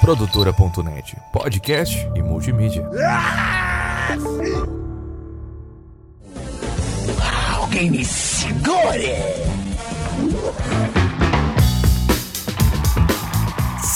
Produtora.net, podcast e multimídia. Alguém me segure!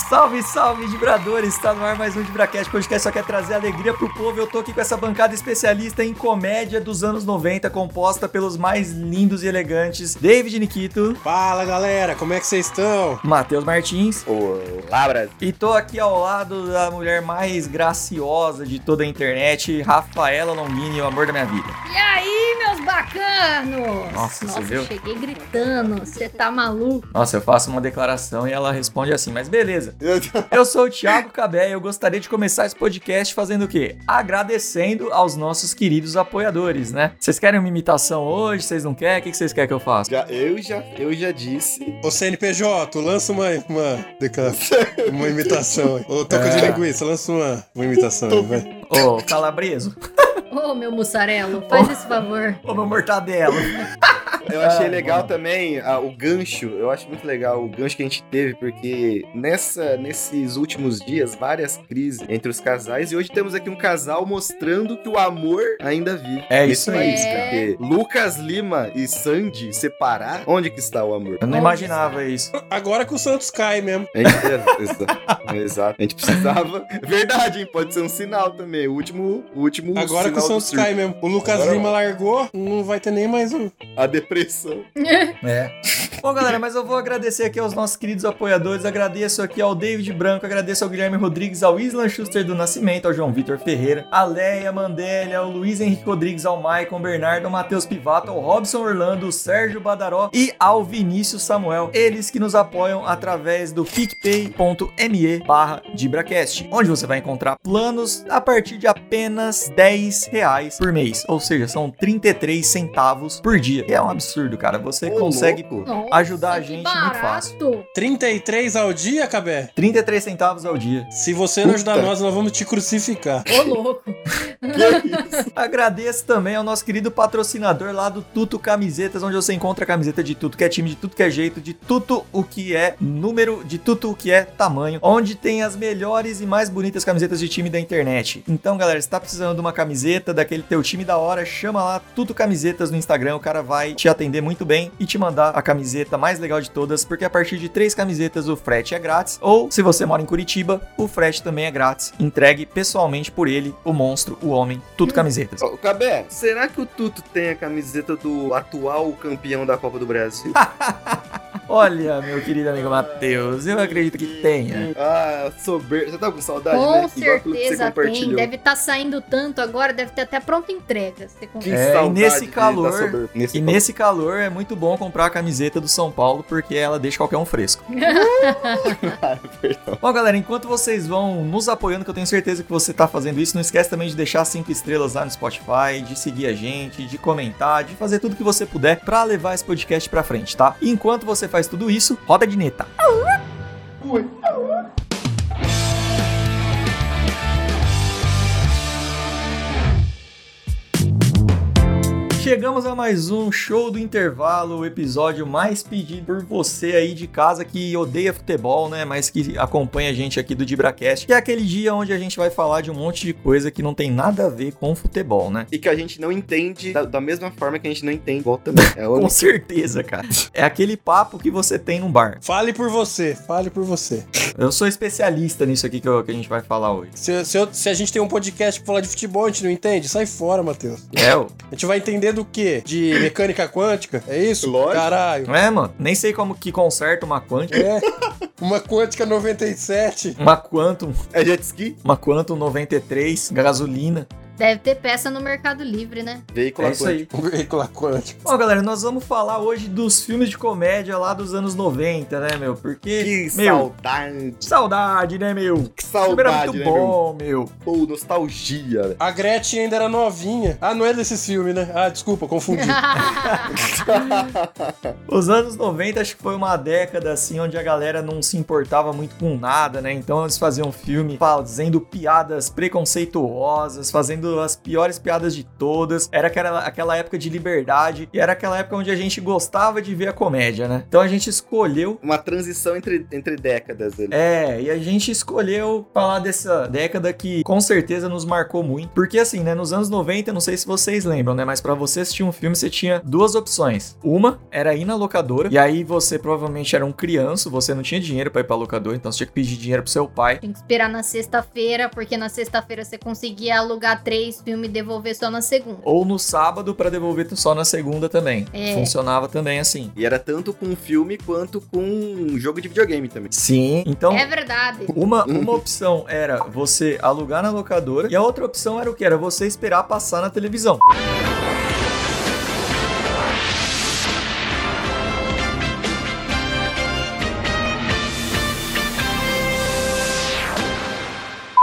Salve, salve, Dibrador! Está no ar mais um Dibracast, podcast só quer trazer alegria pro povo. Eu tô aqui com essa bancada especialista em comédia dos anos 90, composta pelos mais lindos e elegantes David Nikito, Fala galera, como é que vocês estão? Matheus Martins Olá, Brasil! e tô aqui ao lado da mulher mais graciosa de toda a internet, Rafaela Longini, o amor da minha vida. E aí, meus bacanos? Nossa, você viu? eu cheguei gritando. Você tá maluco? Nossa, eu faço uma declaração e ela responde assim, mas beleza. Eu sou o Thiago Cabé e eu gostaria de começar esse podcast fazendo o quê? Agradecendo aos nossos queridos apoiadores, né? Vocês querem uma imitação hoje? Vocês não querem? O que que vocês querem que eu faça? Já, eu, já, eu já disse. Ô CNPJ, lança uma, uma, decla- uma imitação aí. Ô Toca de Linguiça, lança uma, uma imitação aí, vai. Ô, calabreso. Ô, meu mussarelo, faz esse favor. Ô, meu mortadelo. Eu achei Ah, legal bom. também ah, o gancho. Eu acho muito legal o gancho que a gente teve, porque nessa, nesses últimos dias, várias crises entre os casais. E hoje temos aqui um casal mostrando que o amor ainda vive. É isso aí. aí. É. Porque Lucas Lima e Sandy separar, onde que está o amor? Eu não imaginava isso. Agora que o Santos cai mesmo. A gente- é, exa- é, Exato. A gente precisava. Verdade, hein? Pode ser um sinal também. O último, o último Agora que o Um sinal do Santos surto. cai mesmo. O Lucas Agora Lima largou, não vai ter nem mais um. A depressão. É. Bom, galera, mas eu vou agradecer aqui aos nossos queridos apoiadores. Agradeço aqui ao David Branco, agradeço ao Guilherme Rodrigues, ao Islan Schuster do Nascimento, ao João Vitor Ferreira, a Leia Mandelha, ao Luiz Henrique Rodrigues, ao Maicon Bernardo, ao Matheus Pivato, ao Robson Orlando, ao Sérgio Badaró e ao Vinícius Samuel. Eles que nos apoiam através do picpay.me barra DibraCast, onde você vai encontrar planos a partir de apenas 10 reais por mês. Ou seja, são 33 centavos por dia. É um absurdo, cara. Você Ô, consegue louco. Nossa, Ajudar a que gente é muito barato. fácil. 33 ao dia, Cabé? 33 centavos ao dia. Se você não ajudar Puta. nós, nós vamos te crucificar. Ô, louco. Agradeço também ao nosso querido patrocinador lá do Tuto Camisetas, onde você encontra a camiseta de tudo que é time, de tudo que é jeito, de tudo o que é número, de tudo o que é tamanho, onde tem as melhores e mais bonitas camisetas de time da internet. Então, galera, se tá precisando de uma camiseta, daquele teu time da hora, chama lá Tuto Camisetas no Instagram, o cara vai te atender muito bem e te mandar a camiseta mais legal de todas, porque a partir de três camisetas o frete é grátis, ou se você mora em Curitiba, o frete também é grátis. Entregue pessoalmente por ele, o monstro, o homem, Tuto Camisetas. Ô, Cabé, será que o Tuto tem a camiseta do atual campeão da Copa do Brasil? Ah, Olha, meu querido amigo Matheus, eu acredito que tenha. ah, soberbo. Você tá com saudade, né? Com Igual aquilo que você certeza tem. compartilhou. É, Deve estar saindo tanto agora, deve ter até pronta entrega. Você Que compra. É, e saudade nesse de- calor, da soberba. Nesse E nesse calor é muito bom comprar a camiseta do São Paulo porque ela deixa qualquer um fresco. Bom, galera, enquanto vocês vão nos apoiando, que eu tenho certeza que você tá fazendo isso, não esquece também de deixar cinco estrelas lá no Spotify, de seguir a gente, de comentar, de fazer tudo que você puder pra levar esse podcast pra frente, tá? E enquanto você faz tudo isso, roda de neta. Chegamos a mais um show do intervalo, o episódio mais pedido por você aí de casa que odeia futebol, né? Mas que acompanha a gente aqui do Dibracast, que é aquele dia onde a gente vai falar de um monte de coisa que não tem nada a ver com futebol, né? E que a gente não entende da, da mesma forma que a gente não entende igual também. É o Com certeza, cara. É aquele papo que você tem num bar. Fale por você, fale por você. Eu sou especialista nisso aqui que, eu- que a gente vai falar hoje. Se, se eu- se a gente tem um podcast pra falar de futebol, a gente não entende? Sai fora, Matheus. É, ô. A gente vai entender do quê? De mecânica quântica? É isso? Lógico. Caralho. não é, mano? Nem sei como que conserta uma quântica. É. Uma quântica 97. Uma Quantum, é jet ski, uma Quantum 93, gasolina. Deve ter peça no Mercado Livre, né? veículo É isso aí. Um veículo quântico. Bom, galera, nós vamos falar hoje dos filmes de comédia lá dos anos 90, né, meu? Porque. Que meu, saudade. saudade, né, meu? Que O filme era saudade, muito né, meu? bom, meu. Pô, nostalgia. né? A Gretchen ainda era novinha. Ah, não é desse filme, né? Ah, desculpa, confundi. Os anos 90 acho que foi uma década assim onde a galera não se importava muito um com nada, né? Então eles faziam filme fazendo piadas preconceituosas, fazendo fazendo as piores piadas de todas. Era aquela, aquela época de liberdade e era aquela época onde a gente gostava de ver a comédia, né? Então a gente escolheu. Uma transição entre, entre décadas né? ali. É, e a gente escolheu falar dessa década que com certeza nos marcou muito. Porque assim, né, nos anos 90, não sei se vocês lembram, né, mas pra você assistir um filme você tinha duas opções. Uma era ir na locadora, e aí você provavelmente era um criança, você não tinha dinheiro pra ir pra locadora, então você tinha que pedir dinheiro pro seu pai. Tem que esperar na sexta-feira, porque na sexta-feira você conseguia alugar três filmes e devolver só na segunda. Ou no sábado pra devolver só na segunda também. É. Funcionava também assim. E era tanto com filme quanto com jogo de videogame também. Sim. Então, É verdade. Uma, uma opção era você alugar na locadora e a outra opção era o que? Era você esperar passar na televisão.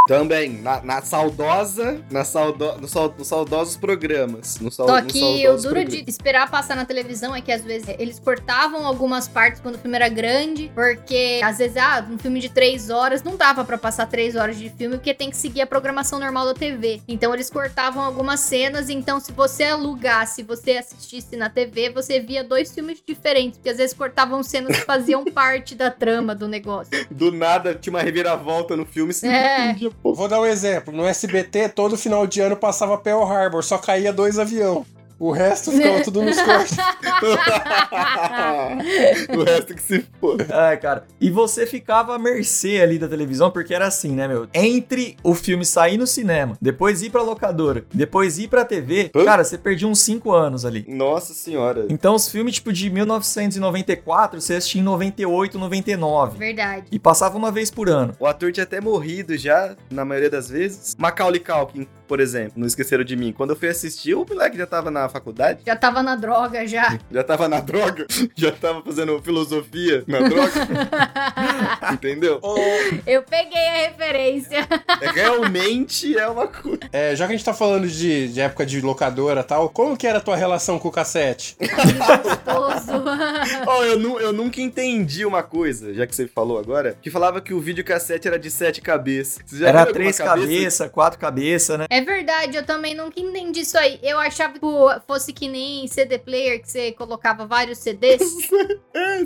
Também, na, na saudosa, na saudo, no, sau- nos saudosos programas. No sau, Só nos que o saudosos duro de programas. esperar passar na televisão é que às vezes é, eles cortavam algumas partes quando o filme era grande, porque às vezes, ah, um filme de três horas não dava pra passar três horas de filme, porque tem que seguir a programação normal da TV. Então eles cortavam algumas cenas, então se você alugasse, você assistisse na TV, você via dois filmes diferentes, porque às vezes cortavam cenas que faziam parte da trama do negócio. Do nada tinha uma reviravolta no filme. Assim, É. Vou dar um exemplo. No SBT, todo final de ano passava Pearl Harbor, só caía dois avião. O resto ficava tudo nos cortes. o resto que se foda. Ai, cara. E você ficava à mercê ali da televisão, porque era assim, né, meu? Entre o filme sair no cinema, depois ir pra locadora, depois ir pra TV, Hã? cara, você perdia uns 5 anos ali. Nossa senhora. Então, os filmes, tipo, de 1994, você assistia em 98, 99. Verdade. E passava uma vez por ano. O ator tinha até morrido já, na maioria das vezes. Macaulay Culkin, por exemplo, não esqueceram de mim. Quando eu fui assistir, o moleque já tava na faculdade, Já tava na droga já. já tava na droga, já tava fazendo filosofia na droga, entendeu? Eu peguei a referência. É, Realmente é uma coisa. É, já que a gente tá falando de, de época de locadora e tal, como que era a tua relação com o cassete? Gostoso. Ó, eu, nu- eu nunca entendi uma coisa, já que você falou agora, que falava que o videocassete era de sete cabeças. Você já Era viu alguma três cabeça? cabeças, quatro cabeças, né? É verdade, eu também nunca entendi isso aí. Eu achava que tipo, fosse que nem CD player, que você colocava vários CDs.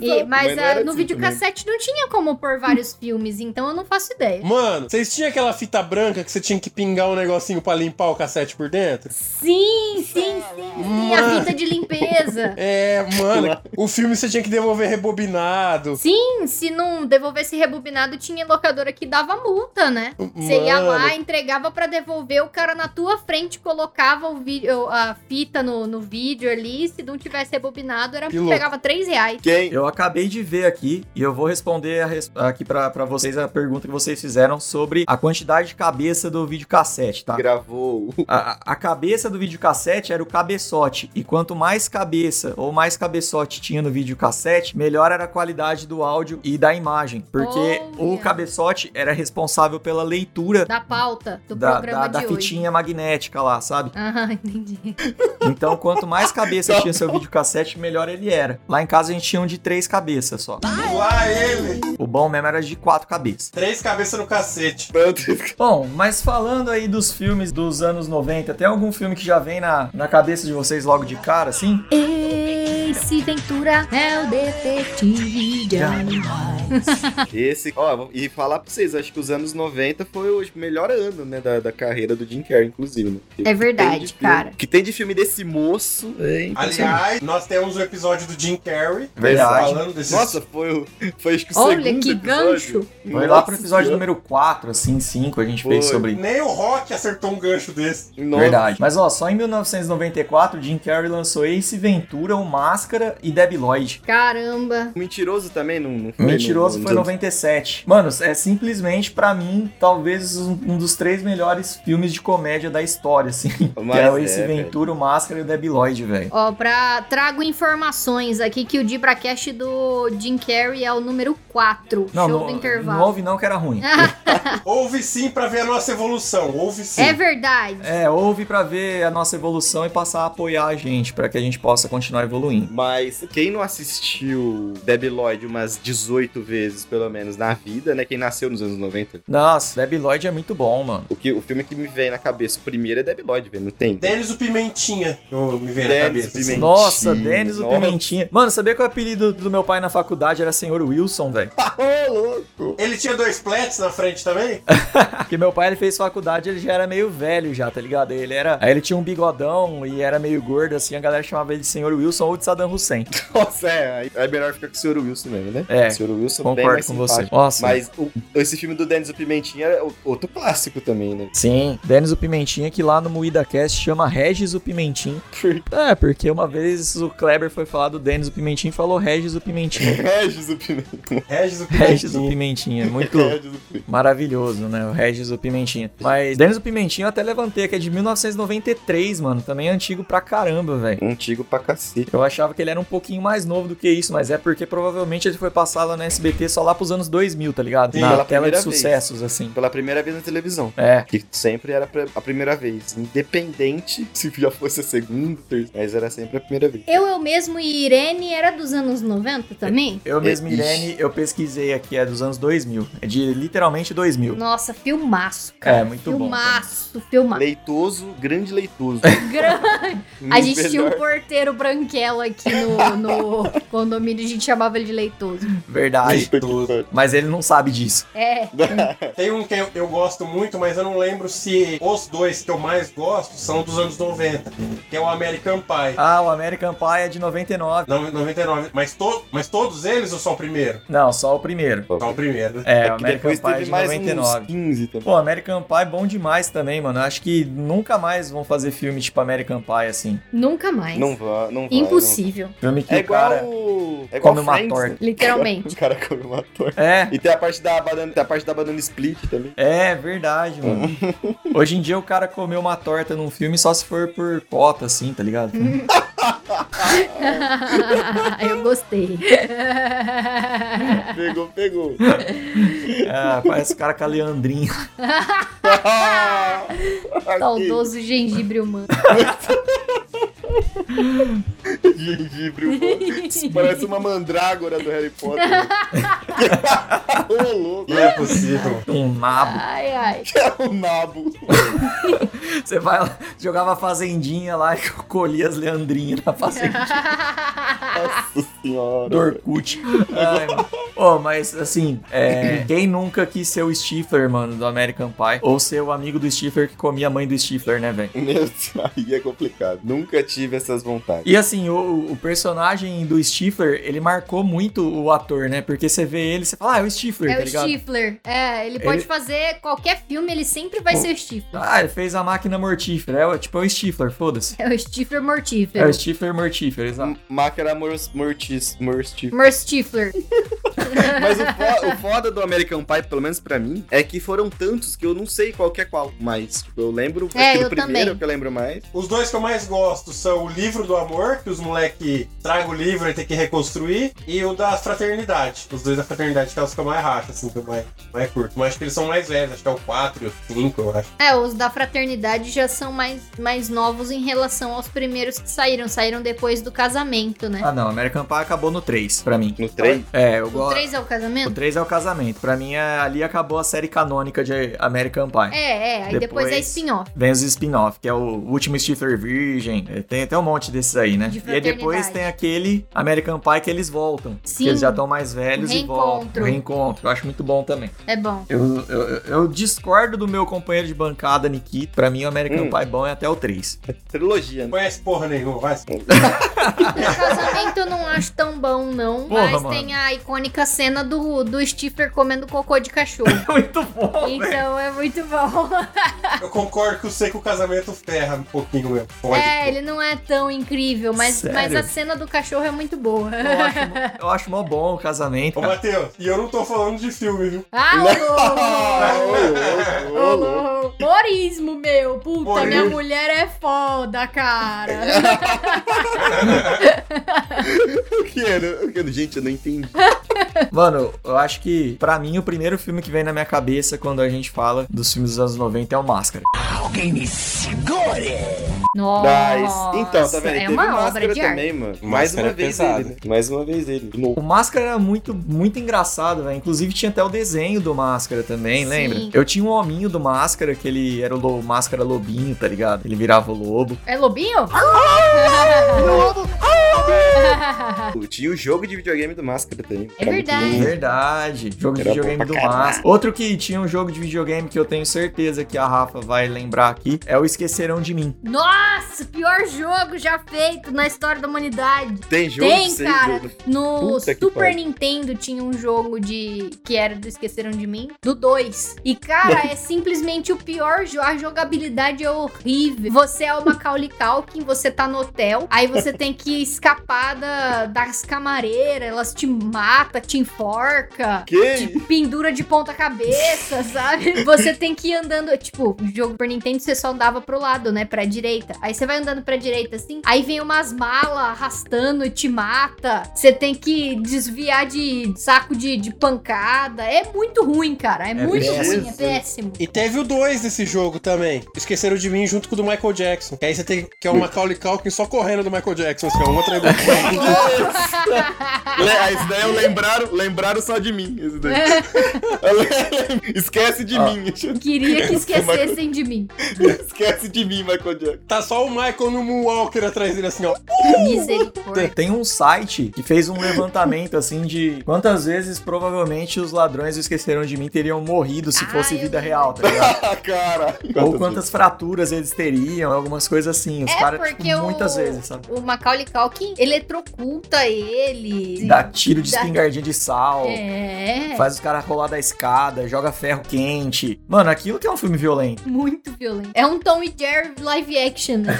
E- mas não ah, era no assim videocassete não tinha como pôr vários filmes, então eu não faço ideia. Mano, vocês tinham aquela fita branca que você tinha que pingar um negocinho pra limpar o cassete por dentro? Sim, sim, sim, sim. A fita de limpeza. É, mano, o filme você tinha que devolver rebobinado. Sim, se não devolvesse rebobinado, tinha locadora que dava multa, né? Você ia lá, entregava pra devolver, o cara na tua frente colocava o vídeo, a fita no, no vídeo ali, se não tivesse rebobinado, era, Que louco. pegava três reais. Quem? Eu acabei de ver aqui e eu vou responder a res- aqui pra pra vocês a pergunta que vocês fizeram sobre a quantidade de cabeça do videocassete, tá? Gravou. A, a- a cabeça do videocassete era o cabeçote e quanto mais cabeça ou mais cabeçote tinha no videocassete, melhor era a qualidade do áudio e da imagem, porque Olha. o cabeçote era responsável pela leitura Da pauta do da, da, programa da de hoje. fitinha magnética lá, sabe? Ah, entendi. Então, quanto mais cabeça tinha seu videocassete, melhor ele era. Lá em casa a gente tinha um de três cabeças só. Lá ele! O bom mesmo era de quatro cabeças. Três cabeças no cacete. Bom, mas falando aí dos filmes dos anos 90, tem algum filme que já vem na, na cabeça de vocês logo de cara, assim? Ace Ventura é o detetive de animais. Esse, ó, e falar pra vocês, acho que os anos 90 foi o melhor ano, né, da, da carreira do Jim Carrey, inclusive. Né? Que É tem de verdade, filme- cara. O que tem de filme desse moço, É né, hein? Aliás, nós temos o episódio do Jim Carrey Verdade. falando desses. Nossa, foi o. Foi acho que o Olha segundo que episódio. gancho. Foi lá pro Nossa episódio Senhora. número 4, assim, 5, a gente fez Foi. sobre. nem o Rock acertou um gancho desse. Nossa. Verdade. Mas ó, só em 1994, Jim Carrey lançou Ace Ventura, O Máscara e Debi Lloyd. Caramba. O Mentiroso também não, não foi. Mentiroso no- foi no- 97. Mano, é simplesmente, pra mim, talvez um um dos três melhores filmes de comédia da história, assim. Mas que é o é, Ace velho. Ventura, o Máscara e o Debi Lloyd, velho. Ó, pra... trago informações aqui que o DibraCast do Jim Carrey é o número 4. Não, show não, do não intervalo. houve não que era ruim. Houve sim pra ver a nossa evolução. Houve sim. é verdade. É, ouve pra ver a nossa evolução e passar a apoiar a gente, pra que a gente possa continuar evoluindo. Mas quem não assistiu Debiloid umas 18 vezes, pelo menos, na vida, né? Quem nasceu nos anos 90. Nossa, Debi Lloyd é muito bom, mano. O, que, o filme que me vem na cabeça primeiro é Debiloid, velho. Não tem. Denis o Pimentinha. Eu me veio na Denis cabeça. assim. Pimentinha. Nossa, Denis o nossa. Pimentinha. Mano, sabia que o apelido do meu pai na faculdade era Senhor Wilson, velho? Ô, louco! Ele tinha dois plants na frente também? Porque meu pai, ele fez faculdade, ele já era meio velho já, tá ligado? Ele era... Aí ele tinha um bigodão e era meio gordo, assim, a galera chamava ele de Senhor Wilson ou de Saddam Hussein. Nossa, é. aí É melhor ficar com o Sr. Wilson mesmo, né? É, O Sr. Wilson bem Concordo mais com você. simpático. Nossa, né? Mas o- esse filme do Denis o Pimentinha é o- outro clássico também, né? Sim, Denis o Pimentinha, que lá no Moída Cast chama Regis o Pimentinha. é, porque uma vez o Kleber foi falar do Denis o Pimentinha e falou Regis o Pimentinha. Regis o Pimentinha. Regis o Regis o Pimentinha. Pimentinha, muito Regis o Pimentinha. maravilhoso, né? O Regis o Pimentinha. Mas Denis o Pimentinha eu até levantei, que é de 1993, mano. Também é antigo pra caramba, velho. Antigo pra cacete. Eu achava que ele era um pouquinho mais novo do que isso, mas é porque provavelmente ele foi passado na SBT só lá pros anos 2000, tá ligado? Sim, na pela tela de primeira vez. sucessos, assim. Pela primeira vez na televisão. É, Que sempre era pra- a primeira vez. Independente se já fosse a segunda, terceira. Mas era sempre a primeira vez. Eu, eu mesmo e Irene era dos anos 90 também? eu mesmo, Ixi. Irene, eu pesquisei aqui, é dos anos 2000. É de literalmente 2000. Nossa, filmaço, cara. É, muito bom. Filmaço, filmaço. Leitoso, grande leitoso. Grande. A gente tinha um Melhor. porteiro branquelo aqui no, no condomínio, a gente chamava ele de leitoso. Verdade. Mas ele não sabe disso. É, Tem um que eu, eu gosto muito, mas eu não lembro se os dois que eu mais gosto são dos anos 90, que é o American Pie. Ah, o American Pie é de 99. Não, 99. Mas, to, mas todos eles ou só o primeiro? Não, só o primeiro. Só o primeiro. né? É, o que American depois Pie é teve de mais uns 99. 15 também. Pô, American Pie é bom demais também, mano. Eu Acho que nunca mais vão fazer filme tipo American Pie assim. nunca mais. Não vá, não vá. Impossível, Filme que não. É o igual. cara é igual come uma Friends, torta. né? literalmente. O cara come uma torta. É. E tem a parte da banana, tem a parte da banana split também. É verdade, mano. Hoje em dia o cara comeu uma torta num filme só se for por cota, assim, tá ligado? eu gostei. Pegou, pegou. É, parece o cara com a Leandrinha. Ah! Saudoso gengibre humano. Aquele Gengibre humano. Isso Parece uma mandrágora do Harry Potter. Ô, louco. Não é possível. Um nabo. Ai, ai. É um nabo. Você vai lá, jogava a fazendinha lá e colhia as Leandrinhas na fazendinha. Nossa senhora. do Orkut. É Ai, mano. Ô, mas assim, é, quem nunca quis ser o Stifler, mano, do American Pie? Ou ser o amigo do Stifler que comia a mãe do Stifler, né, velho? Meu Deus, aí é complicado. Nunca tive essas vontades. E assim, o, o personagem do Stifler, ele marcou muito o ator, né? Porque você vê ele, você fala, ah, é o Stifler, É tá o ligado? Stifler. É, ele pode Ele- fazer qualquer filme, ele sempre vai ser o Stifler. Ah, ele fez a máquina mortífera. É, o- tipo, é o Stifler, foda-se. É o Stifler É mortífero. o Stifler mortífero, exato. Máquina mortis, mortis, mortis. Morstifler. Mas o, fo- o foda do American Pie, pelo menos pra mim, é que foram tantos que eu não sei qual que é qual. Mas, tipo, eu lembro É, aquele eu primeiro também. que eu lembro mais. Os dois que eu mais gosto são o livro do amor, que os moleque tragam o livro e tem que reconstruir, e o da fraternidade. Os dois da fraternidade que é os que eu mais racho, assim, que eu mais, mais curto. Mas acho que eles são mais velhos, acho que é o 4 e o 5, eu acho. É, os da fraternidade já são mais, mais novos em relação aos primeiros que saíram. Saíram depois do casamento, né? Ah, não, American Pie acabou no 3, pra mim. No trem. É, eu O gosto. 3 é o O casamento? 3 é o casamento. Pra mim, é- ali acabou a série canônica de American Pie. É, é. Aí depois, é Depois- spin-off. Vem os spin-off, que é o último Stifler Virgem. é, Tem até um monte desses aí, né? De e aí depois fraternidade. tem aquele American Pie que eles voltam. Sim. Que eles já estão mais velhos e Reencontro. voltam. Reencontro. Eu acho muito bom também. É bom. Eu, eu, eu discordo do meu companheiro de bancada, Nikita. Pra mim, o American Hum. Pie bom é até o 3. Trilogia, Não né? conhece porra nenhuma, vai. O casamento eu não acho tão bom, não. Porra, mas mano. tem a icônica cena do, do Stifler comendo cocô de cachorro. É muito bom, velho. então é muito bom. Eu concordo que eu sei que o casamento ferra um pouquinho mesmo. Pode. É, ele não é tão incrível, mas, Sério? mas a cena do cachorro é muito boa. Eu acho, mó- eu acho mó bom o casamento. Ô, Matheus, e eu não tô falando de filme, viu? Ah, ô, Ô, ô, ô, ô, ô. ô, ô. Morismo, meu. Puta, Morismo. minha mulher é foda, cara. O que era? O que era? Gente, eu não entendi. Mano, eu acho que, pra mim, o primeiro filme que vem na minha cabeça quando a gente fala dos filmes dos anos 90 é o Máscara. Alguém me segure! Nossa. Mas, então, tá vendo? Ele É teve uma obra máscara de arte. também, mano. Mais Máscara uma é vez pesado. ele, né? Mais uma vez ele. De novo. O Máscara era muito, muito engraçado, velho. Inclusive tinha até o desenho do Máscara também, Sim. lembra? Eu tinha um hominho do Máscara, que ele era o lo- Máscara Lobinho, tá ligado? Ele virava o lobo. É lobinho? Tinha o jogo de videogame do Máscara também. Ah. É Era muito verdade. lindo. Verdade. Jogo de Era bom videogame pra do caralho. Máscara. Outro que tinha um jogo de videogame que eu tenho certeza que a Rafa vai lembrar aqui é o Esquecerão de Mim. Nossa, pior jogo já feito na história da humanidade. Tem jogo Tem, pra você, cara. Dudu? No Puta que Super pariu. Nintendo tinha um jogo de que era do Esqueceram de Mim, do 2. E cara, é simplesmente o pior jogo. A jogabilidade é horrível. Você é o Macaulay Culkin, você tá no hotel, aí você tem que escapar da- das camareiras, elas te matam, te enforca. Que? Tipo, pendura de ponta cabeça, sabe? Você tem que ir andando, tipo, o jogo por Nintendo você só andava pro lado, né, pra direita. Aí você vai andando pra direita assim, aí vem umas malas arrastando e te mata. Você tem que desviar de saco de, de pancada. É muito ruim, cara. É, muito péssimo. ruim, é péssimo. E teve o 2 desse jogo também. Esqueceram de mim junto com o do Michael Jackson. Que aí você tem que é o Macaulay Culkin só correndo do Michael Jackson, assim, ó, um atrás do outro. Le- ah, Esse daí eu lembraram, lembraram só de mim. Esse daí. É. Esquece de mim. Queria que esquecessem de mim. Esquece de mim, Michael Jackson. Tá só o Michael no Moonwalker atrás dele, assim, ó. Misericórdia. Tem um site que fez um levantamento assim de quantas vezes provavelmente os ladrões do Esqueceram de Mim teriam morrido se Ah, fosse eu vida vi. real, tá ligado? Ah, cara. Ou quantas fraturas eles teriam, algumas coisas assim. Os É caras, porque tipo, o- muitas vezes, sabe? O Macaulay Culkin eletrocuta ele. Dá tiro de Dá- espingardinha de sal. É. Faz os caras rolar da escada, joga ferro quente. Mano, aquilo que é um filme violento. Muito violento. É um Tom e Jerry live action. né?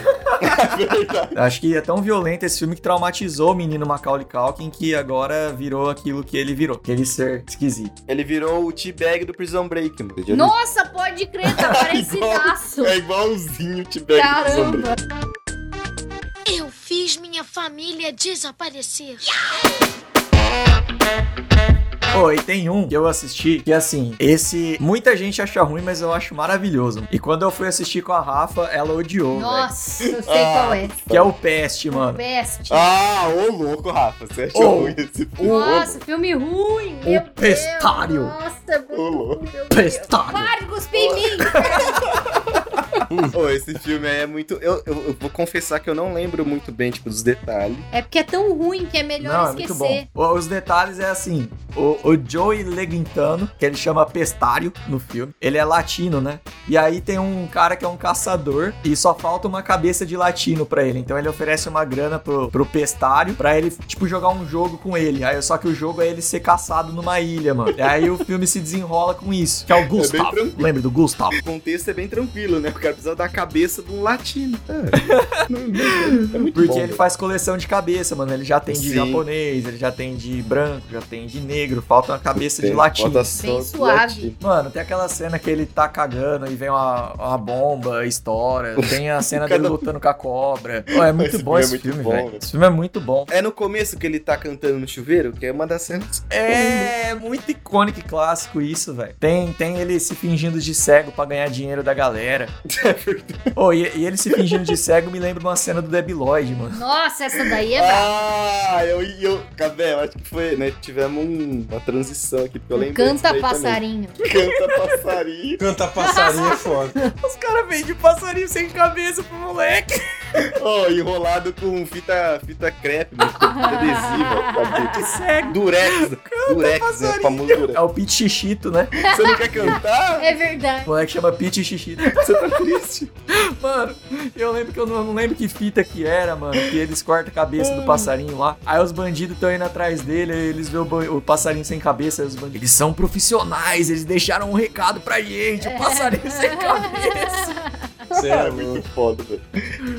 Eu acho que é tão violento esse filme que traumatizou o menino Macaulay Culkin que agora virou aquilo que ele virou. Aquele ser esquisito. Ele virou o T-Bag do Prison Break, mano. Você já viu? Nossa, pode crer, tá parecidaço. É igualzinho o T-Bag do Prison Break. Caramba. Eu fiz minha família desaparecer. Oh, e tem um que eu assisti que, assim, esse... Muita gente acha ruim, mas eu acho maravilhoso. E quando eu fui assistir com a Rafa, ela odiou, velho. Nossa, eu sei qual é. Que é o Peste, mano. Peste. Ah, ô louco, Rafa. Você achou Ô, ruim esse filme? Nossa, filme ruim. Meu Deus. Pestário. Nossa, é muito Ô, louco. ruim, meu Deus. Pestário. Para de cuspir em mim. Ô, esse filme aí é muito. Eu, eu, eu vou confessar que eu não lembro muito bem, tipo, dos detalhes. É porque é tão ruim que é melhor Não, é muito bom. esquecer. O- Os detalhes é assim: o, o Joey Leguintano, que ele chama Pestário no filme, ele é latino, né? E aí tem um cara que é um caçador e só falta uma cabeça de latino pra ele. Então ele oferece uma grana pro, pro Pestário pra ele, tipo, jogar um jogo com ele. Aí, só que o jogo é ele ser caçado numa ilha, mano. E aí o filme se desenrola com isso. Que é o Gustavo. tranquilo. Lembra do Gustavo? O contexto é bem tranquilo, né? O cara precisa da cabeça de um latino. Ah, não- não- é muito Porque bom, ele velho. faz coleção de cabeça, mano. Ele já tem de Sim. japonês, ele já tem de branco, já tem de negro. Falta uma cabeça de Tem, latino. bota só Bem do suave. latino. Mano, tem aquela cena que ele tá cagando e vem uma, uma bomba, estoura. Tem a cena dele Cada- lutando com a cobra. Pô, é muito Esse bom um. filme é esse muito filme, bom, velho. velho. Esse filme é muito bom. É no começo que ele tá cantando no chuveiro, que é uma das cenas. É muito icônico e clássico isso, velho. Tem, tem ele se fingindo de cego pra ganhar dinheiro da galera. oh, e, e ele se fingindo de cego me lembra uma cena do Debiloid, mano. Nossa, essa daí é brava. Ah, eu, eu. Cabé, eu acho que foi, né? Tivemos um- uma transição aqui, porque eu lembro. Um Canta passarinho. Um Canta passarinho. Canta passarinho é foda. Os caras vêm de passarinho sem cabeça pro moleque. Ó, enrolado com fita, fita crepe, né? Fita adesiva. Que cego. Durex. Durex, né? O famoso Durex. É o Pete Xixito, né? Você não quer cantar? É verdade. O moleque chama Pete Xixito. Você tá triste? Mano, eu lembro que eu não, eu não lembro que fita que era, mano. Que eles cortam a cabeça do passarinho lá. Aí os bandidos estão indo atrás dele, aí eles veem o, ban- o passarinho sem cabeça, aí os bandidos. Eles são profissionais, eles deixaram um recado pra gente. O passarinho sem cabeça. Você Cara, é é louco. muito foda, velho.